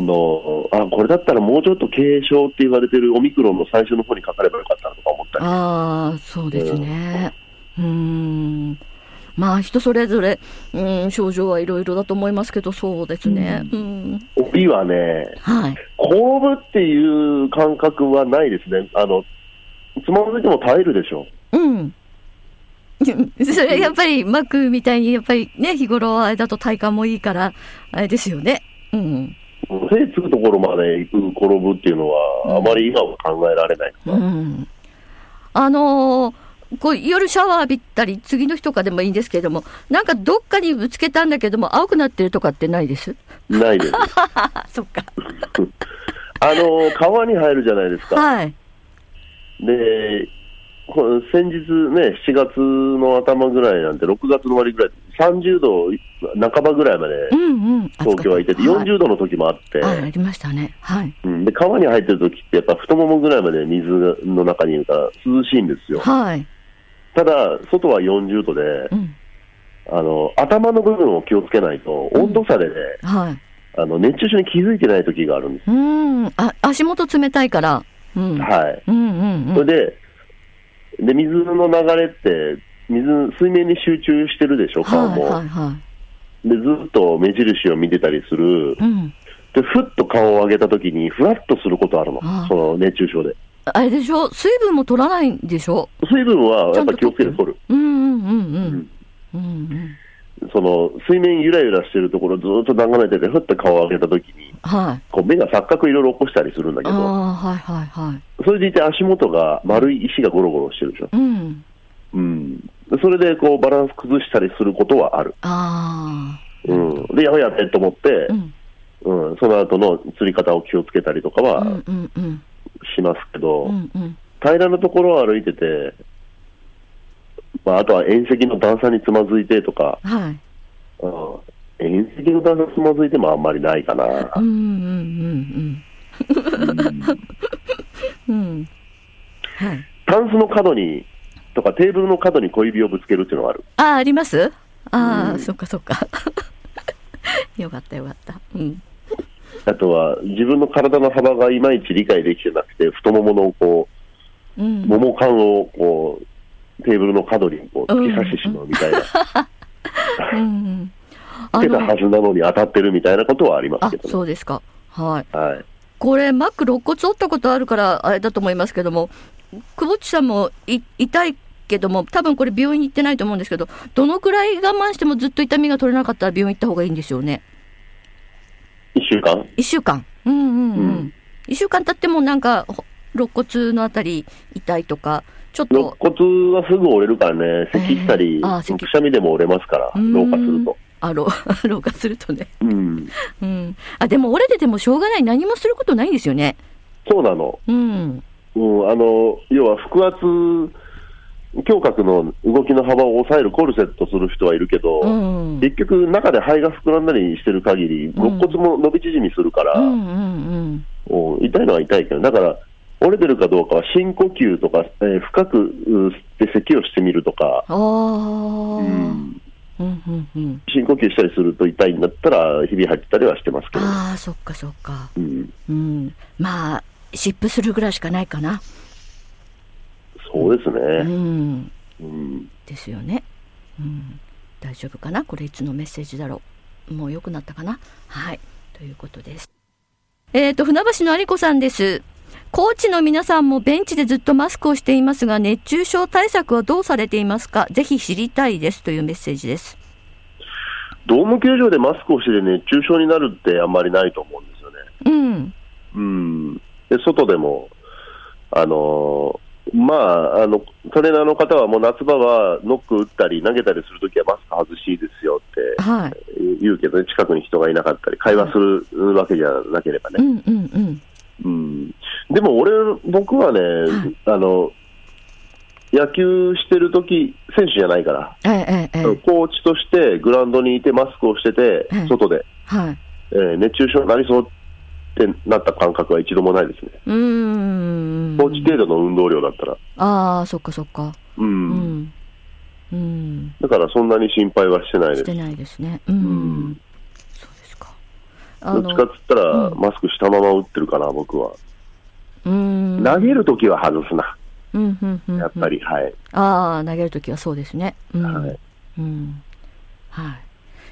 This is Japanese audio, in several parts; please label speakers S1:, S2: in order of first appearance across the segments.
S1: の、あ、これだったらもうちょっと軽症って言われてるオミクロンの最初の方にかかればよかったなとか思ったり。
S2: ああ、そうですね。うーん。まあ、人それぞれ、うん、症状はいろいろだと思いますけど、そうですね。うん。
S1: 帯はね、
S2: はい。
S1: 後部っていう感覚はないですね。あの、つまずいても耐えるでしょ。
S2: うん。それやっぱり、マックみたいに、やっぱりね、日頃あれだと体感もいいから、あれですよね。うん。
S1: 手つくところまで行く転ぶっていうのは、あまり今は考えられない。
S2: うんあのーこう夜シャワー浴びたり、次の日とかでもいいんですけれども、なんかどっかにぶつけたんだけども、青くなってるとかってないです。
S1: ないです。
S2: あ、そっか。
S1: あの、川に入るじゃないですか。
S2: はい。
S1: で、この先日ね、7月の頭ぐらいなんて、6月の終わりぐらい、30度半ばぐらいまで
S2: うんうん。
S1: 東京は行ってて、40度の時もあって、
S2: はい、ありましたね。はい。
S1: うんで川に入ってる時って、やっぱ太ももぐらいまで水の中にいるから涼しいんですよ。
S2: はい。
S1: ただ、外は40度で、
S2: うん。
S1: あの、頭の部分を気をつけないと、温度差でね、
S2: はい。
S1: あの、熱中症に気づいてない時があるんです。
S2: うん。あ、足元冷たいから。うん。
S1: はい。
S2: うんうんう
S1: そ
S2: ん。
S1: れで、で、水の流れって、水、水面に集中してるでしょ、顔
S2: はい
S1: も。
S2: はいは
S1: で、ずっと目印を見てたりする
S2: い。。うん。
S1: で、ふっと顔を上げた時に、ふらっとすることあるの
S2: あ。
S1: その熱中症で。
S2: あれでしょ水分も取らないんでしょ
S1: 水分は
S2: ち
S1: や
S2: ゃ
S1: っ
S2: ん
S1: ぱ
S2: と
S1: 気をつけて取る。
S2: うんうんうんうん。うんうん。
S1: その、水面ゆらゆらしてるところずっと眺めてて、ふっと顔を上げた時に、
S2: はい。
S1: こう目が錯覚いろいろ起こしたりするんだけ
S2: あ
S1: ど、
S2: あ、はいはいはい。
S1: それでいて足元が丸い石がゴロゴロしてるでしょ。
S2: うん。
S1: うん。それでこうバランス崩したりすることはある。
S2: あ
S1: うん。で、やばいやべえと思って、
S2: あ。うん。
S1: うん、その後の釣り方を気をつけたりとか
S2: う
S1: は
S2: んうんうん。
S1: しますけど、
S2: うんうん。
S1: 平らなところを歩いてて、まあ、あとは縁石の段差につまずいてとか、
S2: はい。
S1: うん、縁石の段差につまずいてもあんまりないかな。
S2: うんうんうんうん。うん。はい。
S1: タンスの角に、とかテーブルの角に小指をぶつけるっていうのがある。
S2: ああ、ありますああ、そっかそっか。 よかったよかった。うん。
S1: あとは自分の体の幅がいまいち理解できてなくて、太もものこ
S2: う
S1: う、
S2: ん。
S1: もも感をこう、テーブルの角にこう突き刺してしまうみた いな。
S2: うん。
S1: つ
S2: あ
S1: けたは
S2: の、
S1: ずなのに当たってるみたいなことはありま
S2: あ
S1: すけ、どね。
S2: そうですか。はい。
S1: はい。
S2: これ、マック肋骨折ったことあるから、あれだと思いますけども、久保っちさんもい痛いけども、多分これ、病院に行ってないと思うんですけど、どのくらい我慢してもずっと痛みが取れなかったら、病院行った方がいいんでしょうね、
S1: 一週間
S2: 1週間。うんうんう。
S1: うん
S2: 一1週間経っても、なんか、ほ肋骨のあたり痛いとか、ちょっ
S1: 肋
S2: と、
S1: 骨はすぐ折れるからね、咳したり、
S2: えーあー咳
S1: くしゃみでも折れますから、
S2: うーん
S1: 老化すると。
S2: あろ老 化するとね。
S1: うん。
S2: うん。あ、でも折れててもしょうがない、何もすることないんですよね。
S1: そうなの。
S2: うん。
S1: うん、あの、要は腹圧、胸郭の動きの幅を抑えるコルセットする人はいるけど、
S2: うん。
S1: 結局中で肺が膨らんだりしてる限り、肋骨も伸び縮みするから、
S2: うんうんうん。
S1: うん痛いのは痛いけど、だから、折れてるかどうかは深呼吸とか、えー深くうー吸って咳をしてみるとか、
S2: ああ。うんうんうん。
S1: 深呼吸したりすると痛いんだったら、日々入ったりはしてますけど、
S2: ああ、そっかそっか。
S1: うん、
S2: うん。まあ、湿布するぐらいしかないかな。
S1: そうです
S2: う
S1: ね、
S2: ん。
S1: うん、
S2: ですよね。うん。大丈夫かなこれいつのメッセージだろう。もう良くなったかなはい。ということです。えっ、と、船橋の有子さんです。コーチの皆さんもベンチでずっとマスクをしていますが、熱中症対策はどうされていますかぜひ知りたいですというメッセージです。
S1: ドーム球場でマスクをして熱中症になるってあんまりないと思うんですよね、
S2: うん。
S1: うん、で外でも、あのーまああの、トレーナーの方はもう夏場はノック打ったり、投げたりするときはマスク外しいですよっ
S2: はい。
S1: て言うけどね、近くに人がいなかったり、会話するわけじゃなければね
S2: う。んうんうん。
S1: うんでも俺、僕はね、
S2: はい
S1: あの野球してるとき、選手じゃないから、
S2: ええええええ
S1: コーチとしてグラウンドにいて、マスクをしてて
S2: はい、
S1: 外で、
S2: はい。
S1: えー熱中症になりそうってなった感覚は一度もないですね、
S2: うーん。
S1: コーチ程度の運動量だったら、
S2: ああ、そっかそっか。
S1: う
S2: うんん。うん。
S1: だからそんなに心配はしてないで
S2: し
S1: す。
S2: てないですね。うん。
S1: ん
S2: そうですか。あ
S1: どっちかっつったら、
S2: うん
S1: マスクしたまま打ってるかな、僕は。
S2: うん。
S1: 投げるときは外すな、
S2: うんうんうんうん。
S1: やっぱり、はい。
S2: ああ、投げるときはそうですね。うん。
S1: はい
S2: うん。はい。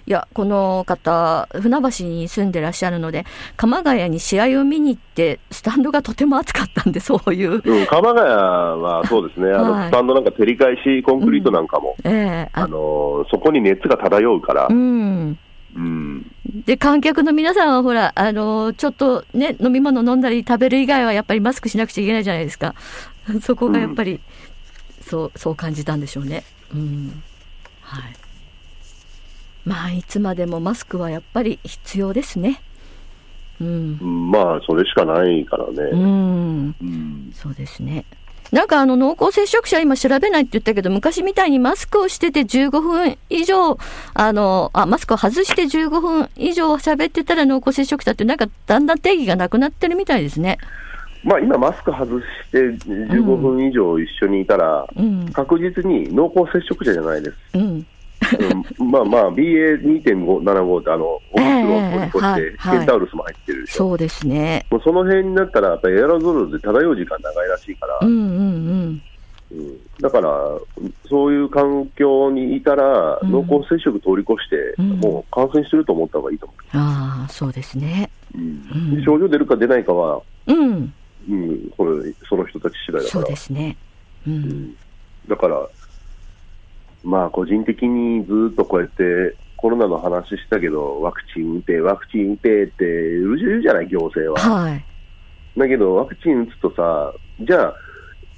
S2: いや、この方、船橋に住んでらっしゃるので、鎌ヶ谷に試合を見に行って、スタンドがとても暑かったんで、そういう。
S1: うん、鎌ヶ谷はそうですね、あ
S2: は
S1: の
S2: い
S1: スタンドなんか照り返し、コンクリートなんかも。
S2: ええ
S1: あ
S2: あ
S1: のーそこに熱が漂うから、
S2: うん。
S1: うん、
S2: で、観客の皆さんはほら、あのーちょっとね、飲み物飲んだり食べる以外はやっぱりマスクしなくちゃいけないじゃないですか。 そこがやっぱり、そう、そう感じたんでしょうね。うん。はい。まあ、いつまでもマスクはやっぱり必要ですね。うん。
S1: うんまあ、それしかないから
S2: う
S1: ね、
S2: ん。
S1: うん、
S2: そうですね。なんかあの濃厚接触者今調べないって言ったけど、昔みたいにマスクをしてて15分以上、あの、あ、マスクを外して15分以上喋ってたら濃厚接触者ってなんかだんだん定義がなくなってるみたいですね。
S1: まあ、今、マスク外して15分以上一緒にいたら、
S2: うん、
S1: 確実に濃厚接触者じゃないです、
S2: うん、
S1: うん、まあまあ、BA2.75 って、あの、オミクロン
S2: え
S1: を越
S2: え
S1: して、
S2: はいはい
S1: ケンタウルスも入ってるでしょ、
S2: そうですね。
S1: もうその辺になったら、やっぱりエアロゾルで漂う時間長いらしいから、
S2: うんうんうん。
S1: うんだから、そういう環境にいたら、
S2: うん
S1: 濃厚接触通り越して、
S2: うん
S1: もう感染してると思った方がいいと思
S2: ああ、そうですね。
S1: う、うん
S2: うん
S1: で症状出るか出ないかは、
S2: うん、
S1: うん、これその人たち次第だか
S2: そ
S1: ら
S2: う、ですね。う、
S1: うんん、だから、まあ、個人的にずっとこうやって、コロナの話したけど、ワクチン打て、ワクチン打てって、うじうじゃない、行政は。
S2: はい。
S1: だけど、ワクチン打つとさ、じゃあ、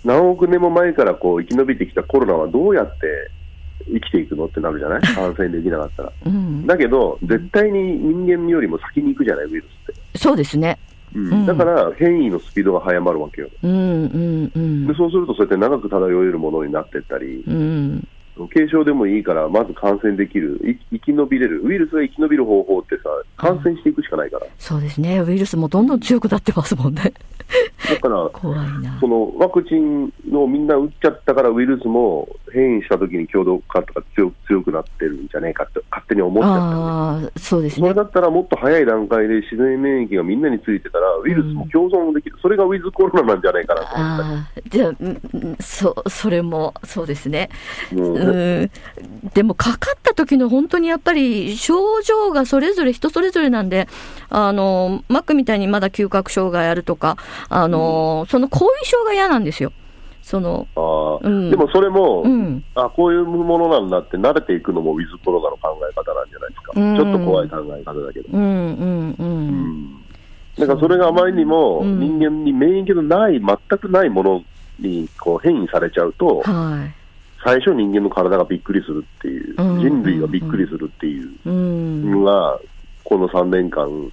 S1: 何億年も前からこう生き延びてきたコロナはどうやって生きていくのってなる じゃない、感染できなかったら。
S2: うん。
S1: だけど、絶対に人間よりも先に行くじゃない、ウイルスって。
S2: そうですね。ん
S1: だから、変異のスピードが早まるわけよ。
S2: うんうんう
S1: で
S2: ん。
S1: そうすると、そうやって長く漂えるものになってったり、
S2: うん。
S1: 軽症でもいいから、まず感染できる、い生き延びれる、ウイルスが生き延びる方法ってさ、感染していくしかないから。
S2: そうですね。ウイルスもどんどん強くなってますもんね。
S1: だから、
S2: 怖いな
S1: そ。のワクチンをみんな打っちゃったから、ウイルスも変異したときに共同化とか強強くなってるんじゃねえかって、勝手に思っちゃったのね、
S2: ああ、そうです
S1: それ
S2: ね。
S1: だったらもっと早い段階で自然免疫がみんなについてたら、ウイルスも共存できる、それがウィズコロナなんじゃないかなと思ったり
S2: ああ、じゃあ、うんそう、それも、そうですね。
S1: うん
S2: うん。でも、かかった時の本当にやっぱり、症状がそれぞれ、人それぞれなんで、あの、マックみたいにまだ嗅覚障害あるとか、あの、その後遺症が嫌なんですよ。その、
S1: あー
S2: うん
S1: でもそれも、
S2: うん。
S1: あ、こういうものなんだって慣れていくのもウィズコロナの考え方なんじゃないですか、
S2: うん
S1: ちょっと怖い考え方だけど。
S2: うんうんうん。
S1: だからそれがあまりにも
S2: うん
S1: 人間に免疫のない、全くないものにこう変異されちゃうと、
S2: は
S1: 最初、人間の体がびっくりするっていう、
S2: うん
S1: 人類がびっくりするっていう
S2: い。うん。
S1: のが、この3年間、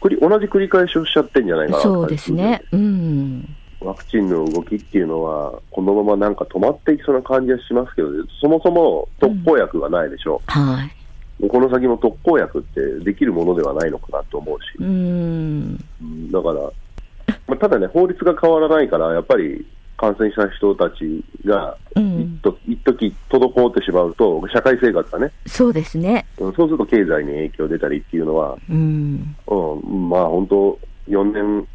S1: 繰り同じ繰り返しをしちゃってんじゃないかな
S2: そうですね。うん。
S1: ワクチンの動きっていうのは、このままなんか止まっていきそうな感じはしますけど、そもそも特効薬がないでしょ、
S2: はい。
S1: この先も特効薬ってできるものではないのかなと思うし。
S2: うん。
S1: だから、まあ、ただね、法律が変わらないから、やっぱり感染した人たちが
S2: う
S1: 一
S2: ん。
S1: 時、一時滞ってしまうと、社会生活がね、
S2: そうですね。
S1: うんそうすると経済に影響出たりっていうのは、
S2: うん。
S1: うん、まあ本当、4年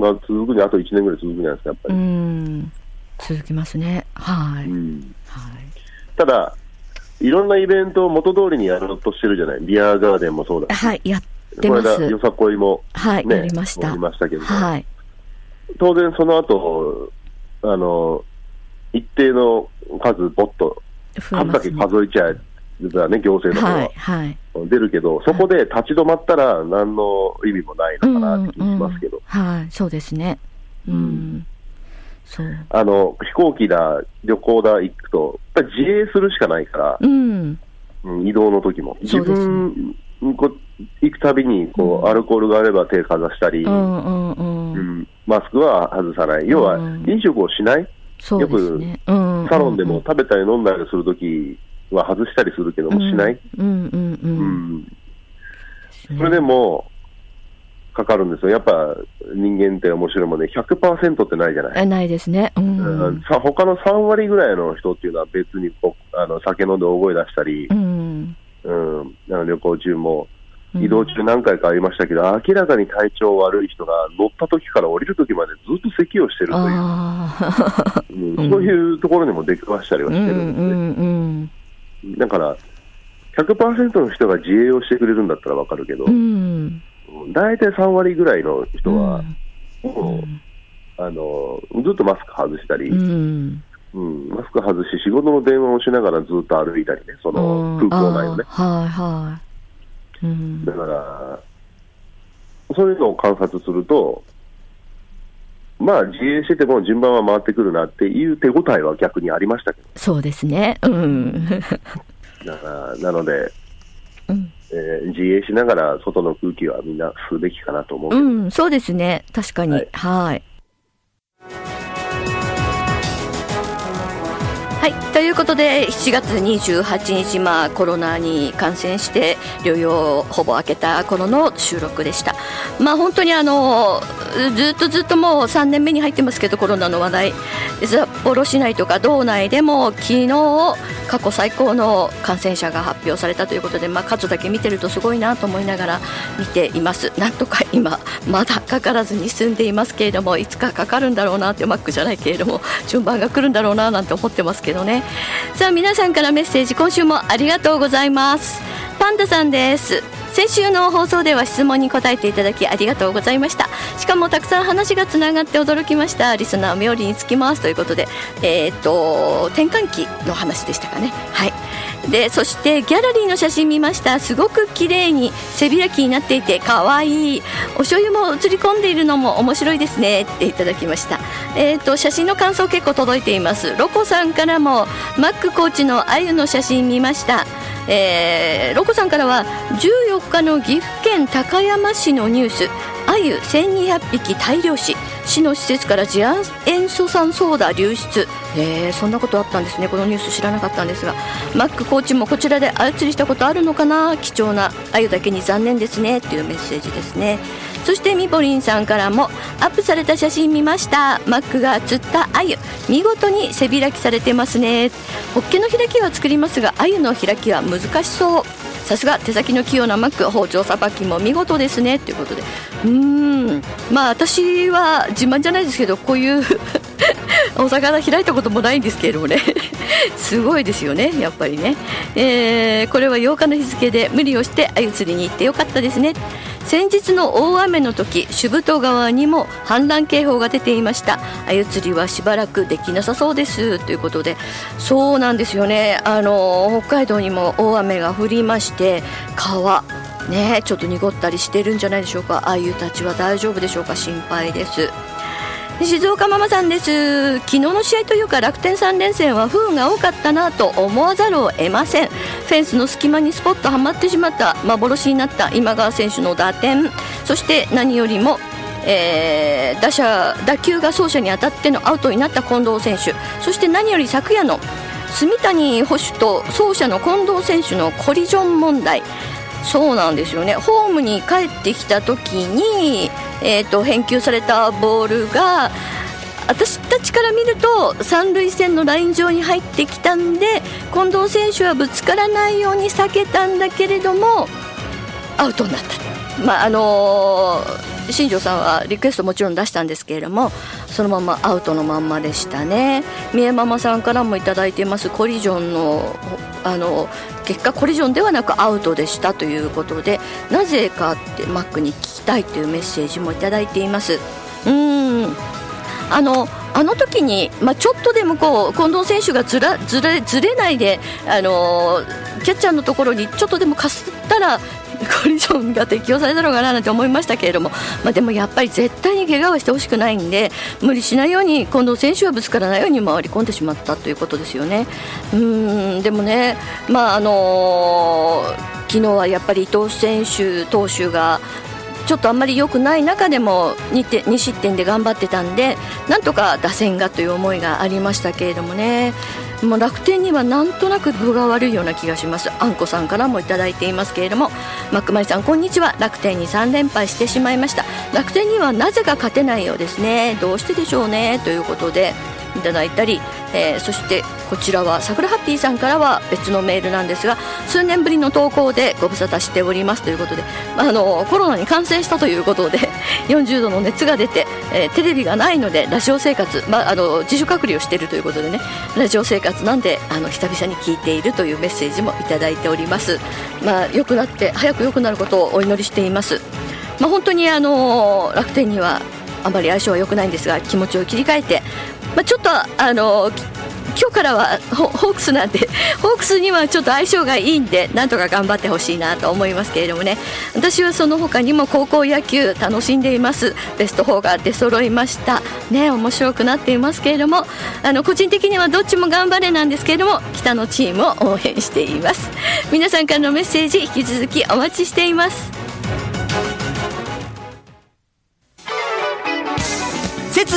S1: が続くに、あと1年ぐらい続くんじゃないですか、やっぱ
S2: う
S1: り。
S2: ん。続きますね。は
S1: う
S2: い。
S1: ん、
S2: はい。
S1: ただ、いろんなイベントを元通りにやろうとしてるじゃない、ビアガーデンもそうだし、
S2: はい、やって
S1: こ
S2: ま
S1: れだ、
S2: す
S1: よ。さこいも、
S2: はい、
S1: ね、
S2: やりまし
S1: や
S2: た
S1: り。ましたけど、
S2: はい。
S1: 当然その後あの一定の数、ぼっと
S2: 増え
S1: 数
S2: ま
S1: だ
S2: す
S1: け
S2: ね
S1: 数えちゃえばね、行政の
S2: は
S1: 方
S2: い、はい。
S1: は出るけど、そこで立ち止まったら、何の意味もないのかなって気がしますけど、
S2: はい、そうですね。うん。そう。
S1: あの飛行機だ、旅行だ、行くと、やっぱり自衛するしかないから、
S2: うん。
S1: うん移動の時も、自
S2: そうですね
S1: 分こ行くたびにこう、アルコールがあれば手かざしたり、
S2: う
S1: うん
S2: んうんうん。
S1: マスクは外さない、要は
S2: うん
S1: 飲食をしない。
S2: そうですね。うん。
S1: サロンでも食べたり飲んだりするときは外したりするけども、しない、
S2: うんうんう。
S1: うんん、それでもかかるんですよ、やっぱ人間って面白いもんね、100%ってないじゃない。
S2: えないですね。う
S1: うん
S2: ん。
S1: さ他の3割ぐらいの人っていうのは別にこうあの酒飲んで大声出したり
S2: う、ん。
S1: うんあの旅行中も
S2: うん
S1: 移動中何回かありましたけど、明らかに体調悪い人が乗った時から降りる時までずっと咳をしてるという、
S2: ああ。
S1: うんそういうところにも出くわしたりは
S2: う
S1: し
S2: ん
S1: て
S2: う
S1: るん
S2: んう
S1: で、
S2: ん。
S1: だから、100%の人が自衛をしてくれるんだったらわかるけど
S2: う、ん。
S1: 大体3割ぐらいの人は、も
S2: ん
S1: うあのずっとマスク外したり、
S2: う
S1: うん
S2: ん。
S1: マスク外し、仕事の電話をしながらずっと歩いたりね、その空港内をね
S2: あ。ーはいはい。うん
S1: だ。から、そういうのを観察すると、まあ、自衛してても順番は回ってくるなっていう手応えは逆にありましたけ
S2: そうですね。うん。
S1: ど、だからなので、
S2: うん
S1: えー自衛しながら外の空気はみんな吸うべきかなと思うけど
S2: うん、そうですね。確かに。は
S1: はいい。
S2: はいということで7月28日、まあ、コロナに感染して療養をほぼ明けた頃の収録でした、まあ、本当にあのずっとずっともう3年目に入ってますけどコロナの話題札幌市内とか道内でも昨日過去最高の感染者が発表されたということで、まあ、数だけ見てるとすごいなと思いながら見ていますなんとか今まだかからずに済んでいますけれどもいつかかかるんだろうなってマックじゃないけれども順番が来るんだろうななんて思ってますけどねさあ皆さんからメッセージ今週もありがとうございますパンダさんです先週の放送では質問に答えていただきありがとうございましたしかもたくさん話がつながって驚きましたリスナー冥利につきますということでえっ、と転換期の話でしたかねはいでそしてギャラリーの写真見ましたすごく綺麗に背開きになっていてかわいいお醤油も映り込んでいるのも面白いですねっていただきましたえっ、と写真の感想結構届いていますロコさんからもマックコーチのアユの写真見ましたえーロコさんからは14日の岐阜県高山市のニュースアユ1200匹大量死市の施設から次亜塩素酸ソーダ流出えーそんなことあったんですねこのニュース知らなかったんですがマックコーチもこちらであゆ釣りしたことあるのかな貴重なアユだけに残念ですねというメッセージですねそしてみぽりんさんからもアップされた写真見ましたマックが釣ったアユ見事に背開きされてますねホッケの開きは作りますがアユの開きは難しそうさすが手先の器用なマック包丁さばきも見事ですねということでうーんまあ私は自慢じゃないですけどこういう お魚開いたこともないんですけれどもね すごいですよねやっぱりね、えーこれは8日の日付で無理をして鮎釣りに行ってよかったですね先日の大雨の時主舞踏川にも氾濫警報が出ていました鮎釣りはしばらくできなさそうですということでそうなんですよねあの北海道にも大雨が降りまして川ねちょっと濁ったりしてるんじゃないでしょうか鮎たちは大丈夫でしょうか心配です静岡ママさんです昨日の試合というか楽天3連戦は不運が多かったなと思わざるを得ませんフェンスの隙間にスポッとはまってしまった幻になった今川選手の打点そして何よりも、えー打者打球が走者に当たってのアウトになった近藤選手そして何より昨夜の住谷捕手と走者の近藤選手のコリジョン問題そうなんですよねホームに帰ってきた時に、えー、と返球されたボールが私たちから見ると三塁線のライン上に入ってきたんで近藤選手はぶつからないように避けたんだけれどもアウトになった、まああのー新庄さんはリクエストもちろん出したんですけれどもそのままアウトのまんまでしたね三重ママさんからもいただいていますコリジョンの、あのー結果コリジョンではなくアウトでしたということでなぜかってマックに聞きたいというメッセージもいただいています。うーんあのあの時に、まあ、ちょっとでもこう近藤選手がずらずれずれないで、あのーキャッチャーのところにちょっとでもかすったらコリジョンが適用されたのかななんて思いましたけれども、まあ、でもやっぱり絶対に怪我はしてほしくないんで無理しないように近藤選手はぶつからないように回り込んでしまったということですよね。うーんでもね、まああのー昨日はやっぱり伊藤選手投手がちょっとあんまり良くない中でも 2, 点2失点で頑張ってたんでなんとか打線がという思いがありましたけれどもねもう楽天にはなんとなく分が悪いような気がしますあんこさんからもいただいていますけれどもマックマリさんこんにちは楽天に3連敗してしまいました楽天にはなぜか勝てないようですねどうしてでしょうねということでいただいたり、えーそしてこちらは桜ハッピーさんからは別のメールなんですが数年ぶりの投稿でご無沙汰しておりますということであのコロナに感染したということで 40度の熱が出て、えーテレビがないのでラジオ生活、まあ、あの自主隔離をしているということでねラジオ生活なんであの久々に聞いているというメッセージもいただいております、まあ、良くなって早く良くなることをお祈りしています、まあ、本当にあの楽天にはあまり相性は良くないんですが気持ちを切り替えて、まあ、ちょっとあのき今日からはホホークスなんで ホークスにはちょっと相性がいいんでなんとか頑張ってほしいなと思いますけれどもね私はその他にも高校野球楽しんでいますベスト4が出揃いましたね面白くなっていますけれどもあの個人的にはどっちも頑張れなんですけれども北のチームを応援しています皆さんからのメッセージ引き続きお待ちしています
S3: 設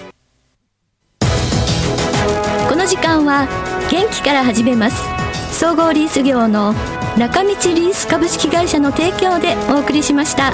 S2: この時間は元気から始めます総合リース業の中道リース株式会社の提供でお送りしました。